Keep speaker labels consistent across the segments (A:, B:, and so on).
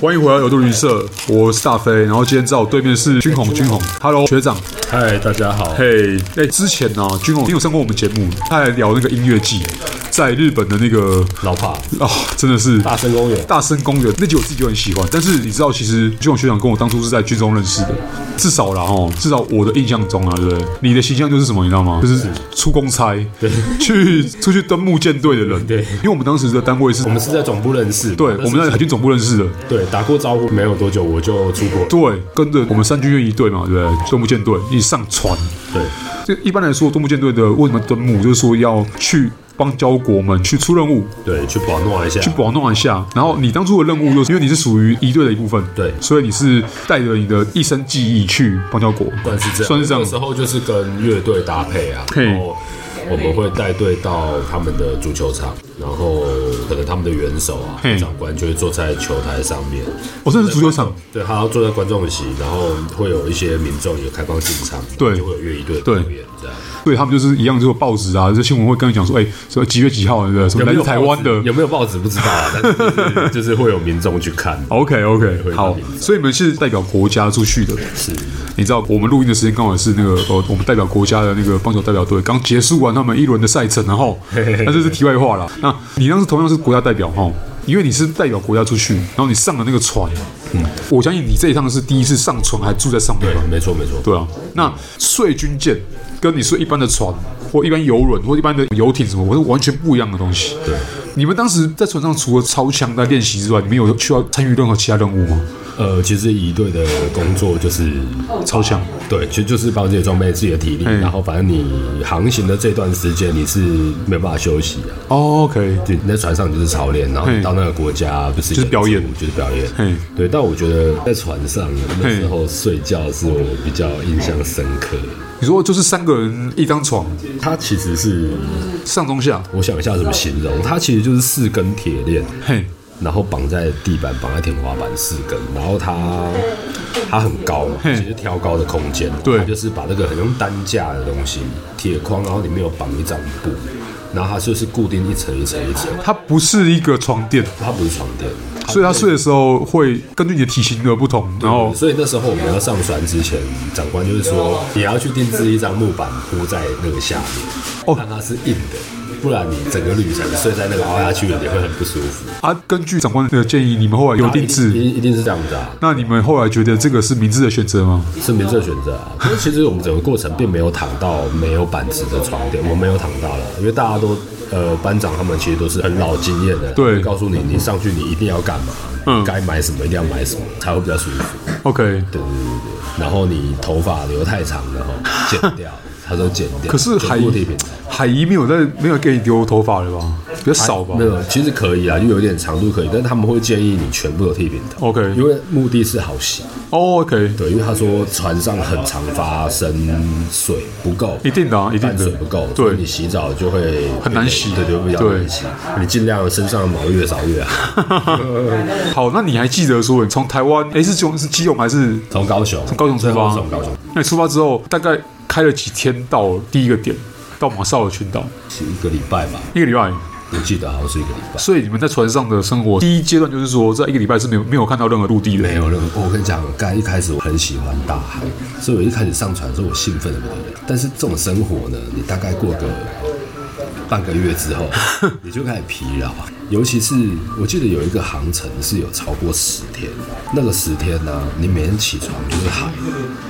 A: 欢迎回来有度旅社，我是大飞，然后今天在我对面是军宏，军宏，Hello 学长，
B: 嗨，大家好。
A: 嘿，哎，之前呢、啊，军宏你有上过我们节目，他来聊那个音乐季，在日本的那个
B: 老帕，
A: 啊、真的是
B: 大森公园
A: 大森公园那集我自己就很喜欢，但是你知道，其实军宏学长跟我当初是在军中认识的，至少啦哦，至少我的印象中啊，对不对？你的形象就是什么，你知道吗？就是出公差，去出去登木舰队的人，
B: 对
A: 因为我们当时的单位是，
B: 我们是在总部认识，
A: 对，我们在海军总部认识的，
B: 对打过招呼没有多久我就出国了，
A: 对，跟着我们三军乐一队嘛，对不对？东部舰队一起上船。
B: 对，
A: 就一般来说，东部舰队的为什么登陆，就是说要去帮交国们去出任务，
B: 对，去保诺一下
A: 去，保弄一下。然后你当初的任务，就是因为你是属于一队的一部分，
B: 对
A: 所以你是带着你的一身技艺去邦交国，
B: 算是这样，
A: 算是这
B: 那时
A: 样。
B: 候就是跟乐队搭配啊，
A: 嘿
B: 然后我们会带队到他们的足球场，然后可能他们的元首啊
A: 嘿、
B: 长官就会坐在球台上面，
A: 我、哦这是足球场，
B: 对，他要坐在观众席，然后会有一些民众也开放进场，
A: 对
B: 就会有乐一队
A: 对
B: 表演这样。
A: 对他们就是一样，就是报纸啊，这新闻会跟你讲说，哎，什么几月几号，对不对？什么来自台湾的
B: 报纸有没有报纸不知道啊，但是就是就是会有民众去看。
A: ，OK OK，
B: 会
A: 好
B: 帮你。
A: 所以你们是代表国家出去的，
B: 是，
A: 你知道我们录音的时间刚好是那个呃，我们代表国家的那个棒球代表队刚结束完他们一轮的赛程，然后，那这是题外话啦。那你当时同样是国家代表哈，因为你是代表国家出去，然后你上了那个船，嗯，我相信你这一趟是第一次上船，还住在上面
B: 对
A: 吧？，
B: 没错没错。
A: 对啊，那睡军舰跟你睡一般的船或一般游轮或一般的游艇什么，我是完全不一样的东西。对，你们当时在船上除了超强在练习之外，你们有需要参与任何其他任务吗？
B: 呃，其实一队的工作就是，
A: 超强，
B: 对，其实就是把自己的装备、自己的体力，
A: 嗯
B: 然后反正你航行的这段时间你是没办法休息的、
A: 哦，OK，
B: 就你在船上就是操练，然后
A: 嘿
B: 你到那个国家不是
A: 嗯就是表演嗯
B: 演，就是表
A: 嘿
B: 演。对，但我觉得在船上那
A: 嘿
B: 时候睡觉是我比较印象深刻的。
A: 你说就是三个人一张床，
B: 它其实是，
A: 上中下，
B: 我想一下怎么形容，它其实就是四根铁链，
A: 嘿，
B: 然后绑在地板，绑在天花板四根，然后它它很高嘛，
A: 嘿
B: 其实挑高的空间，
A: 对
B: 它就是把那个很像担架的东西，铁框，然后里面有绑一张布，然后它就是固定一层一层一层，
A: 它不是一个床垫，
B: 它不是床垫，它
A: 所以它睡的时候会根据你的体型的不同，然后
B: 所以那时候我们要上船之前，长官就是说你要去定制一张木板铺在那个下面，
A: 哦
B: 让它是硬的，不然你整个旅程睡在那个凹下去，你会很不舒服。
A: 啊，根据长官的建议，你们后来有定
B: 一
A: 制。
B: 定一定是这样子啊。
A: 那你们后来觉得这个是明智的选择吗？
B: 是民政选择啊。可是其实我们整个过程并没有躺到没有板子的床垫，我没有躺到了，因为大家都呃班长他们其实都是很老经验的，
A: 对
B: 告诉你你上去你一定要干嘛，
A: 嗯
B: 该买什么一定要买什么才会比较舒服，
A: ？OK，
B: 对对对对。然后你头发留太长了哈，剪掉， 他说剪掉，
A: 可是
B: 全
A: 海
B: 部剃平
A: 海怡没有在没有给你留头发了吧？比较少吧
B: 没？有，其实可以啊，就有点长度可以，但是他们会建议你全部都剃平头
A: OK
B: 因为目的是好洗。
A: 哦，OK，
B: 对，因为他说船上很常发生水不够，
A: 一定的啊一定的
B: 淡水不够，
A: 对
B: 所以你洗澡就会
A: 很难洗
B: 对，就比较
A: 对
B: 难洗。你尽量身上的毛越少越好。
A: 好，那你还记得说你从台湾，哎，是从是基隆还是？
B: 从高雄，从
A: 高雄出发
B: 从高雄
A: 那你出发之后大概开了几天到第一个点，到马绍尔群岛，
B: 是一个礼拜吧，
A: 一个礼拜。
B: 我记得好像是一个礼拜。
A: 所以你们在船上的生活，第一阶段就是说，在一个礼拜是没有没有看到任何陆地的
B: 没。有任何，我跟你讲，刚一开始我很喜欢大海，所以我一开始上船的时候我兴奋的不得了。但是这种生活呢，你大概过个半个月之后，你就开始疲劳。尤其是我记得有一个航程是有超过十天，那个十天呢、你每天起床就是海，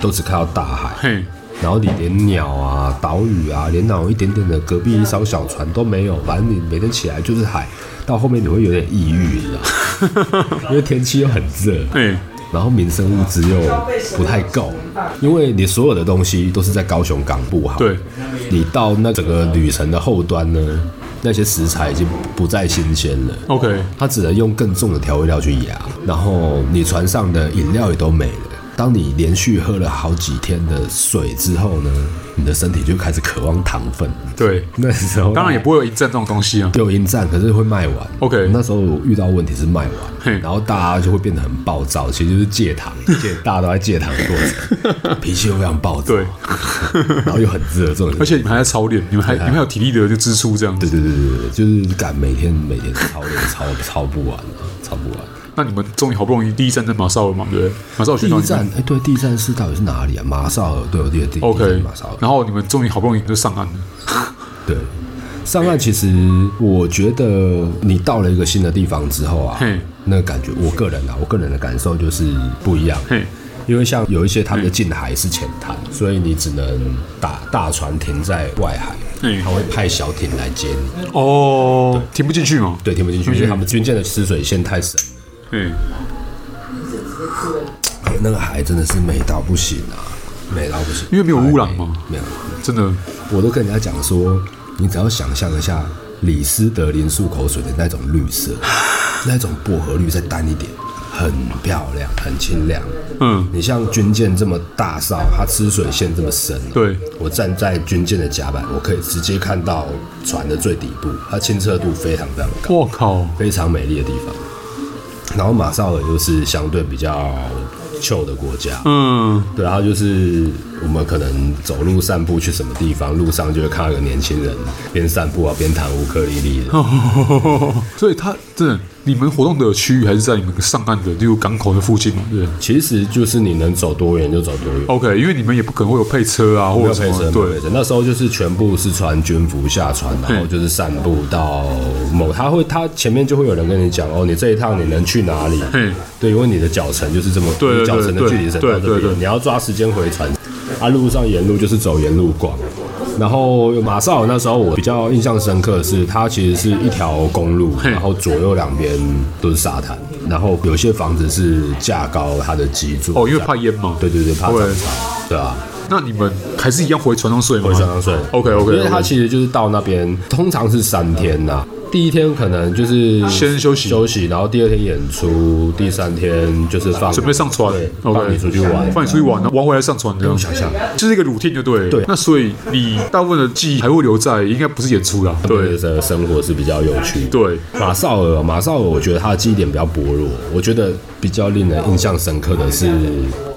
B: 都只看到大海，
A: 嘿，
B: 然后你连鸟啊、岛屿啊，连那种一点点的隔壁一艘小船都没有，反正你每天起来就是海。到后面你会有点抑郁，你知道吗？因为天气又很热，
A: 嘿，
B: 然后民生物资又不太够，因为你所有的东西都是在高雄港布好。
A: 对，
B: 你到那整个旅程的后端呢，那些食材已经不再新鲜了。
A: OK，
B: 它只能用更重的调味料去压，然后你船上的饮料也都没了。当你连续喝了好几天的水之后呢，你的身体就开始渴望糖分。
A: 对，
B: 那时候
A: 当然也不会有一战这种东西啊。
B: 有迎战，可是会卖完。
A: OK
B: 那时候我遇到问题是卖
A: 嘿
B: 完，然后大家就会变得很暴躁，其实就是 戒糖，戒大家都在戒糖的过程，脾气又非常暴躁，
A: 对，
B: 然后又很热，这种人
A: 而且你们还在操练，你们还你们还有体力的就支出这样
B: 啊对
A: 子。
B: 对对对对，就是敢每天每天操练，操操不完，操不完。
A: 那你们终于好不容易第一站在马绍尔嘛，对不对？马绍尔
B: 第
A: 选到
B: 一
A: 你们
B: 站，哎，对，第一站是到底是哪里啊？马绍尔，对，我记得第第一站是
A: OK，
B: 马绍尔。
A: 然后你们终于好不容易就上岸了。
B: 对，上岸其实我觉得你到了一个新的地方之后啊
A: 嘿，
B: 那感觉，我个人啊，我个人的感受就是不一样
A: 嘿。
B: 因为像有一些他们的近海是浅滩，所以你只能打大船停在外海
A: 嗯，
B: 他会派小艇来接你。
A: 哦，听不进去嘛？
B: 对，停不进去，因为他们军舰的吃水线太深了。
A: 对，
B: 那个海真的是美到不行啊，美到不行，
A: 因为没有污染嘛
B: 没有，
A: 真的
B: 我都跟人家讲说，你只要想象一下李斯德林漱口水的那种 绿色，那种薄荷绿再淡一点，很漂亮，很清凉。
A: 嗯
B: 你像军舰这么大艘，它吃水线这么深、
A: 对，
B: 我站在军舰的甲板，我可以直接看到船的最底部，它清澈度非常非常高。
A: 我靠，
B: 非常美丽的地方。然后马绍尔又是相对比较旧的国家，
A: 嗯，
B: 对，然后就是我们可能走路散步去什么地方，路上就会看到有年轻人边散步啊边弹乌克丽丽的。
A: 所以他真的，你们活动的区域还是在你们上岸的，例如港口的附近嘛，对不对
B: 其实就是你能走多远就走多远。
A: ？OK，因为你们也不可能会有配车啊，或
B: 没
A: 者
B: 有
A: 什么
B: 配车，没有
A: 对，
B: 配车。那时候就是全部是穿军服下船，然后就是散步到某，他会他前面就会有人跟你讲哦，你这一趟你能去哪里
A: 嘿？
B: 对，因为你的脚程就是这么，
A: 对对
B: 你脚程的
A: 对
B: 距离是
A: 对
B: 到这
A: 对对
B: 边，你要抓时间回船。啊，路上沿路就是走沿路逛，然后马绍尔那时候我比较印象深刻的是，它其实是一条公路，
A: 嘿
B: 然后左右两边都是沙滩，然后有些房子是架高它的基座，
A: 哦，因为怕淹嘛，
B: 对对对，怕涨
A: 对
B: 潮，对啊。
A: 那你们还是一样回船上睡吗？
B: 回山上睡。
A: 哦 OK，OK，OK
B: 因为他其实就是到那边，通常是三天呐、第一天可能就是
A: 先休息
B: 休息，然后第二天演出，第三天就是放
A: 准备上船
B: 对
A: ，OK，
B: 放你出去玩。嗯
A: 放你出去玩，然后玩回来上船，这样
B: 想象
A: 就是一个 routine 就对了。
B: 对
A: 那所以你大部分的记忆还会留在，应该不是演出啦，对
B: 的生活是比较有趣的。
A: 对，
B: 马绍尔，马绍尔，我觉得他的记忆点比较薄弱。我觉得比较令人印象深刻的是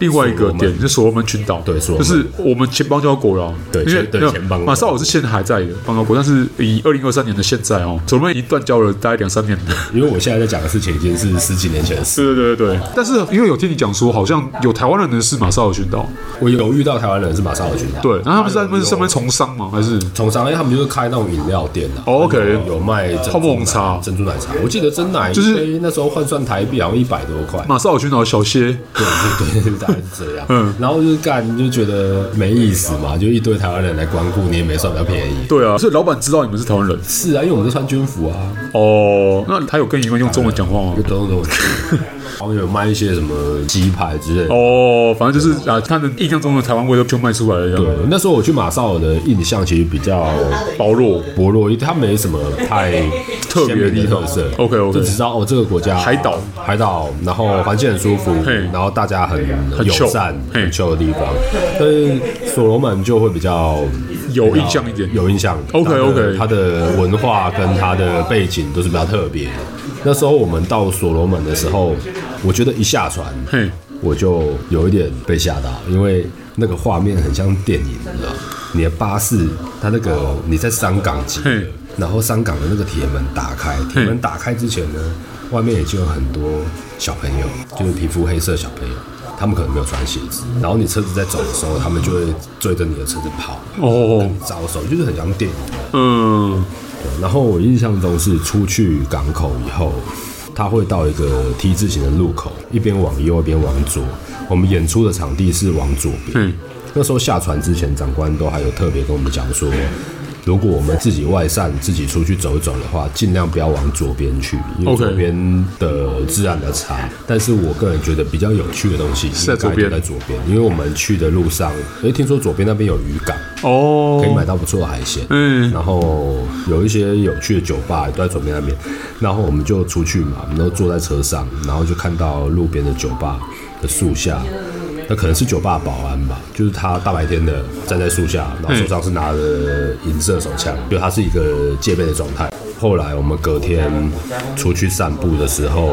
A: 另外一个
B: 所罗门
A: 点就是所罗门群岛，
B: 对所罗
A: 就
B: 门
A: 是我们前邦交国了，
B: 对
A: 因为
B: 前对
A: 没有
B: 前邦交
A: 马绍尔是现在还在的邦交国，但是以二零二三年的现在哦，所罗门已经断交了大概两三年了。
B: 因为我现在在讲的事情已经是十几年前的事。
A: 对对对对对，但是因为有听你讲说，好像有台湾人的是马绍尔群岛，
B: 我有遇到台湾人是马绍尔群岛，
A: 对，嗯然后他们是在那边
B: 有
A: 上面从商吗？还是
B: 从商，因为哎他们就是开那种饮料店的、
A: 哦，OK
B: 有有卖珍珠奶
A: 泡沫红茶
B: 珍珠奶茶。我记得真奶
A: 就是
B: 一杯那时候换算台币好像一百多 块，
A: 马绍尔群岛的小歇？
B: 对对对，大概是这样。
A: 嗯
B: 嗯，然后就是干就觉得没意思嘛，就一堆台湾人来光顾，你也没算比较便宜。
A: 对啊，所以老板知道你们是台湾人
B: 是啊，因为我们都穿军 服啊，
A: 哦。那他有跟你们用中文讲话吗
B: 就？都都。然后有卖一些什么鸡排之类的。
A: 哦，反正就是啊，他的印象中的台湾味都就卖出来了，这
B: 对
A: 样，
B: 那时候我去马绍尔的印象其实比较
A: 薄弱。
B: 薄弱，因为它没什么太
A: 特别的
B: 鲜明
A: 地
B: 的
A: 方
B: 特色。
A: OK，OK
B: 就只知道哦，这个国家
A: 海岛，
B: 海岛，然后环境很舒服
A: 嘿，
B: 然后大家很
A: 很
B: 友
A: chill，
B: 善、
A: 嘿
B: 很 chill 的地方。但是所罗门就会比较
A: 有印象一点
B: 有印象。
A: OK，OK
B: 它的它的文化跟它的背景都是比较特别的。那时候我们到所罗门的时候，我觉得一下船，
A: 嘿，
B: 我就有一点被吓到，因为那个画面很像电影，你知道吗，你的巴士它那个你在山港集合
A: 嘿，
B: 然后山港的那个铁门打开，铁门打开之前呢，外面也就有很多小朋友，就是皮肤黑色小朋友。他们可能没有穿鞋子，然后你车子在走的时候，他们就会追着你的车子跑，
A: 哦，
B: 招手，就是很像电影。
A: 嗯，
B: 然后我印象中是出去港口以后，它会到一个 T 字形的路口，一边往右一边往左。我们演出的场地是往左边。
A: 嘿，
B: 那时候下船之前，长官都还有特别跟我们讲说，如果我们自己外散、自己出去走走的话，尽量不要往左边去，因为
A: OK
B: 左边的治安比较差。但是我个人觉得比较有趣的东西
A: 在
B: 应该
A: 左边
B: 就在左边，因为我们去的路上，诶，听说左边那边有渔港，
A: 哦
B: 可以，买到不错的海鲜。
A: 嗯，
B: 然后有一些有趣的酒吧也都在左边那边，然后我们就出去嘛，然后坐在车上，然后就看到路边的酒吧的树下那可能是酒吧保安吧，就是他大白天的站在树下，然后手上是拿着银色手枪，就他是一个戒备的状态。后来我们隔天出去散步的时候，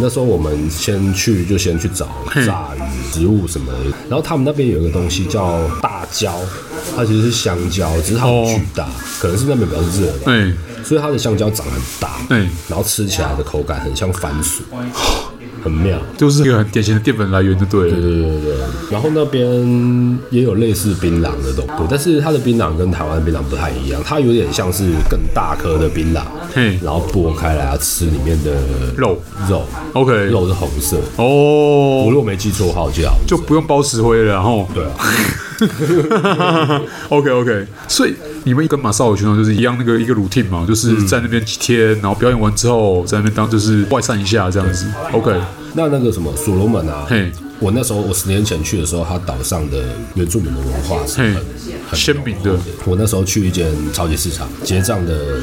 B: 那时候我们先去就先去找炸鱼、植物什么的，然后他们那边有一个东西叫大椒，它其实是香蕉，只是它很巨大，可能是那边比较热吧，
A: 哎
B: 所以它的香蕉长得很大，
A: 哎，
B: 然后吃起来的口感很像番薯，很妙。
A: 就是一个很典型的淀粉来源，就对了。
B: 对对对对，然后那边也有类似槟榔的东西，但是它的槟榔跟台湾的槟榔不太一样，它有点像是更大颗的槟榔，
A: 嘿
B: 然后剥开来要吃里面的
A: 肉
B: 肉
A: ，OK，
B: 肉是红色，我
A: 哦，
B: 如果没记错的话，我记得好像是
A: 就不用包石灰了，然后
B: 对啊，
A: OK OK，所以你们跟马少尔群众就是一样那个一个 routine 嘛，就是在那边几天，然后表演完之后，在那边当就是外散一下这样子。OK，
B: 那那个什么所罗门啊
A: 嘿，
B: 我那时候我十年前去的时候，它岛上的原住民的文化是很
A: 嘿
B: 很
A: 鲜明的
B: 浓厚我那时候去一间超级市场，结账的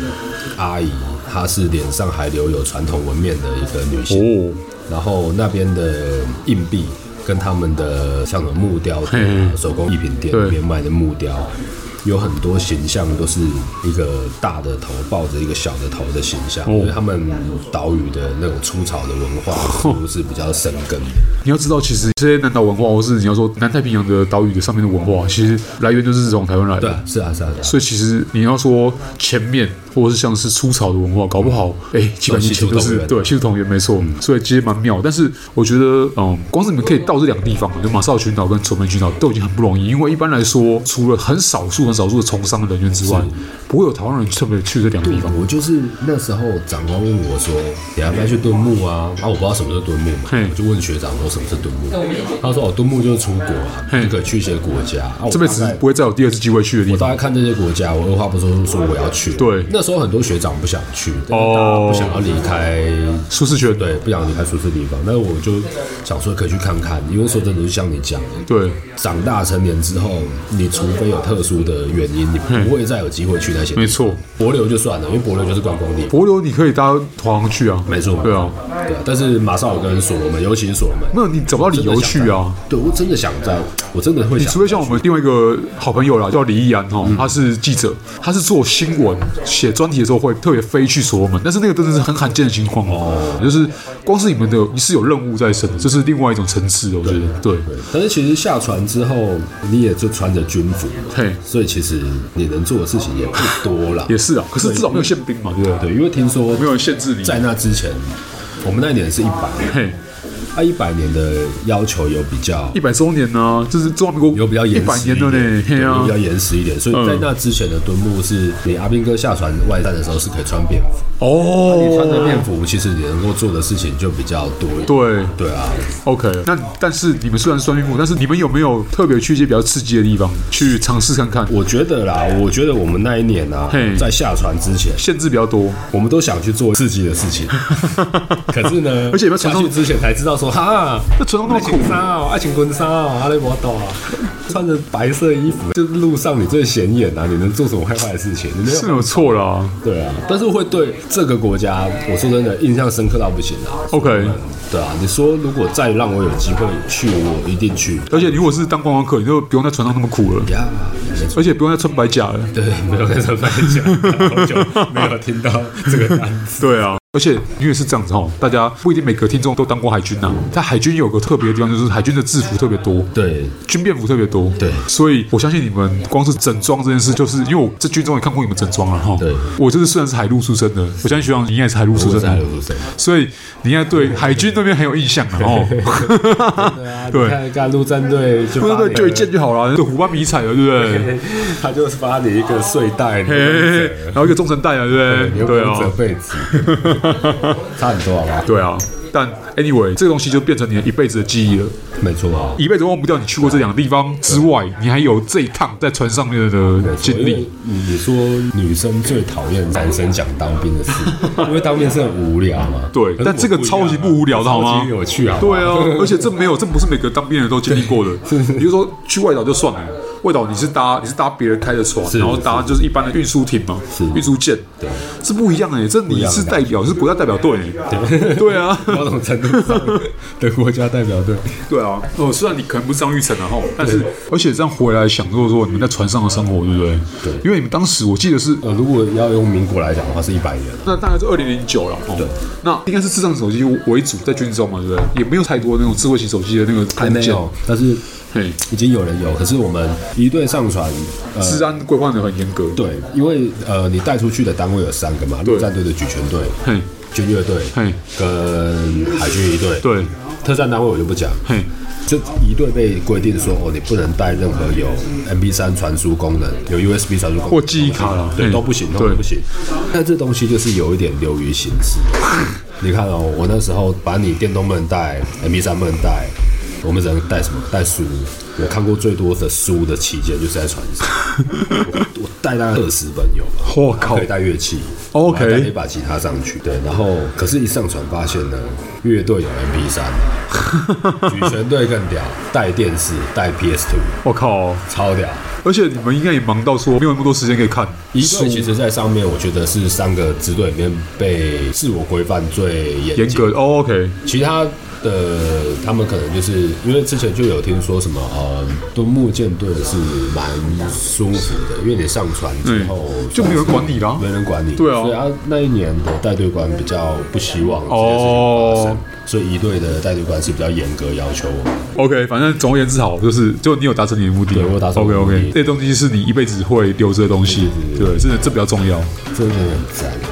B: 阿姨，她是脸上还留有传统纹面的一个女性，
A: 哦，
B: 然后那边的硬币跟他们的像什么木雕店啊、手工艺品店
A: 对
B: 里面卖的木雕，有很多形象都是一个大的头抱着一个小的头的形
A: 哦
B: 象，因为他们岛屿的那种出草的文 化都是比较深根的。
A: 你要知道，其实这些南岛文化，或是你要说南太平洋的岛屿的上面的文化，其实来源就是从台湾来
B: 对
A: 的
B: 啊。，是啊，是啊，是啊
A: 所以其实你要说前面，或者是像是出草的文化，搞不好，哎、基本上前都是对，系统嗯同源没错，所以其实蛮妙。但是我觉得，嗯，光是你们可以到这两个地方，啊就马绍尔群岛跟崇明群岛都已经很不容易，因为一般来说，除了很少数、很少数的从商人员之外，不会有台湾人特别去这两个地方。
B: 我就是那时候长官问我说：“你要不要去蹲木啊？”啊，我不知道什么是蹲木嘛，
A: 嘿
B: 我就问学长说什么是蹲木。他说：“哦，蹲木就是出国啊，
A: 嘿
B: 你可以去一些国家。”啊，我
A: 这辈
B: 大概
A: 子不会再有第二次机会去的地
B: 我大
A: 方。
B: 概看这些国家，我二话不说说我要去。
A: 对
B: 那时候很多学长不想去，但是大家
A: 哦
B: 不想要离开，
A: 舒适圈，
B: 对，不想离开舒适地方。那我就想说可以去看看，因为说真的，就像你讲的，
A: 对，
B: 长大成年之后，你除非有特殊的原因，你不会再有机会去那些。
A: 没，错。
B: 帛琉就算了，因为帛琉就是观光地。
A: 帛琉你可以搭团航去啊，
B: 没错，
A: 对啊，
B: 对啊。但是马绍尔跟所罗门，尤其是所罗门，
A: 没有你找不到理由去啊。
B: 对我真的想在，我真的会
A: 你
B: 想
A: 除非像我们另外一个好朋友啦，叫李易安哈，他是记者，他是做新闻写专题的时候会特别飞去所罗门，但是那个真的是很罕见的情况哦，就是光是你们的你是有任务在身的，这是另外一种层次哦的，我觉得对，
B: 但是其实下船之后，你也就穿着军服嘛，
A: 嘿
B: 所以其实你能做的事情也不多啦。
A: 也是啊，可是至少没有宪兵嘛，对不对？
B: 对，因为听说
A: 没有人限制你，
B: 在那之前，我们那一年是一百，
A: 嘿，
B: 啊，一百年的要求有比较
A: 一百周年呢，这是中华民国
B: 有比较
A: 一
B: 严
A: 百
B: 实
A: 年
B: 一
A: 了呢
B: 点，
A: 嘿
B: 对有
A: 啊
B: 比，较严实一点，所以在那之前的蹲木是，你阿兵哥下船外战的时候是可以穿便服，啊你穿
A: 哦，
B: 着便服，其实你能够做的事情就比较多一点。
A: 对。
B: 对啊，
A: OK，那但是你们虽然算命目，但是你们有没有特别去一些比较刺激的地方去尝试看看？
B: 我觉得啦，我觉得我们那一年啊
A: 嘿，
B: 在下船之前，
A: 限制比较多，
B: 我们都想去做刺激的 事情，可是呢，
A: 而且有没有
B: 下
A: 传
B: 去
A: 统
B: 之前才知道说，哈，
A: 那传统那么苦
B: 爱情纱哦，爱情婚纱哦，阿雷伯岛啊，穿着白色衣服，就是路上你最显眼啊，你能做什么坏坏的事情？你没有
A: 是没有错啦。
B: 对啊，但是会对这个国家，我说真的印象深刻到不行啊。
A: OK
B: 嗯对啊，你说如果再让我有机会去，我一定去。
A: 而且如果是当观光客，你就不用在船上那么苦了，
B: 呀，没错
A: 而且不用再穿白甲了。
B: 啊对，呃没有跟陈凡讲，好久没有听到这个单词。
A: 对啊，而且因为是这样子哦，大家不一定每个听众都当过海军呐、在海军有个特别的地方，就是海军的制服特别多。
B: 对，
A: 军便服特别多，
B: 对
A: 所以我相信你们光是整装这件事，就是因为我在军中也看过你们整装了哈。
B: 对
A: 我就是虽然是海陆出身的，我相信学长你应该也是海陆出身
B: 我是海
A: 的
B: 陆出身，
A: 所以你应该对海军那边很有印象了哦。
B: 对啊，
A: 对
B: 你看看陆战队就
A: 不
B: 发
A: 对
B: 你
A: 对，就一件就好了，虎斑迷彩了，对不对？
B: 他就是发你一个睡袋，你
A: 嘿然后一个中成带了，对
B: 你
A: 不对？
B: 又不
A: 对
B: 用
A: 啊
B: 折，被子，
A: 哦
B: 差很多好吧？
A: 对啊。但 anyway，这个东西就变成你的一辈子的记忆了，
B: 没错啊。
A: 一辈子忘不掉你去过这两个地方之外，你还有这一趟在船上面的经
B: 因为
A: 历。
B: 你你说女生最讨厌男生讲当兵 的事，因为当兵是很无聊嘛。
A: 对
B: 可是
A: 但这个
B: 我一样啊
A: 超级不无聊的好吗
B: 超级有趣啊！
A: 对啊，而且这没有，这不是每个当兵的都经历过的。你就说去外岛就算了，魏导你是搭你是搭别人开的船，
B: 是
A: 然后搭就是一般的运输艇嘛
B: 是，
A: 运输舰，
B: 对，
A: 是不一样哎，这
B: 一
A: 你
B: 样的
A: 是代表，是国家代表队欸，对啊，
B: 某种程度 上的国家代表队，
A: 对啊，哦，虽然你可能不是张玉成然后，但是而且这样回来想，说说你们在船上的生活，对不对？
B: 对
A: 因为你们当时我记得是。哦
B: 呃，如果要用民国来讲的话，是一百年了。
A: 那大概是二零零九了，哦
B: 对，
A: 那应该是智障手机为主，在军中嘛，对不对？也没有太多那种智慧型手机的那个
B: 还
A: 空
B: 没
A: 间，
B: 有，但是
A: 嘿，
B: 已经有人有。可是我们一队上船，呃，
A: 治安规范的很严格，
B: 对，因为呃，你带出去的单位有三个嘛，陆战队的举拳队、
A: 嘿，
B: 军乐队
A: 嘿
B: 跟海军一队。
A: 对，
B: 特战单位我就不讲。
A: 嘿，
B: 这一队被规定说，哦，你不能带任何有 MP 3传输功能、有 USB 传输功能
A: 或记忆卡啦
B: 对，
A: 嗯
B: 都不行，
A: 对
B: 都不行。但这东西就是有一点流于形 式。你看哦，我那时候把你电动不能带，MP 3不能带，我们只能带什么？带书。我看过最多的书的期间就是在船 上，我我带大概二十本有吧。
A: 我靠
B: 可以带乐器
A: OK
B: 我还带了一把吉他上去。对，然后可是，一上船发现呢，乐队有 MP 三，举拳队更屌，带电视，带 PS Two，
A: 我靠！
B: 超屌。
A: 而且你们应该也忙到说没有那么多时间可以看
B: 一队其实，在上面我觉得是三个支队里面被自我规范最严
A: 严
B: 谨
A: 格的哦，OK，
B: 其他的他们可能就是因为之前就有听说什么呃，蹲木舰队是蛮舒服的，因为你上船之后、
A: 嗯就没有人管你啦
B: 没人管你，
A: 对啊
B: 所以他那一年的带队官比较不希望这件事情发生，
A: 哦
B: 所以一队的带队官是比较严格要求我们。
A: OK，反正总而言之好，就是就你有达成你的目的，
B: 对我有达成我
A: OK
B: 的目的
A: OK，这些东西是你一辈子会留着的东西，对，真的这比较重要。
B: 真的很赞。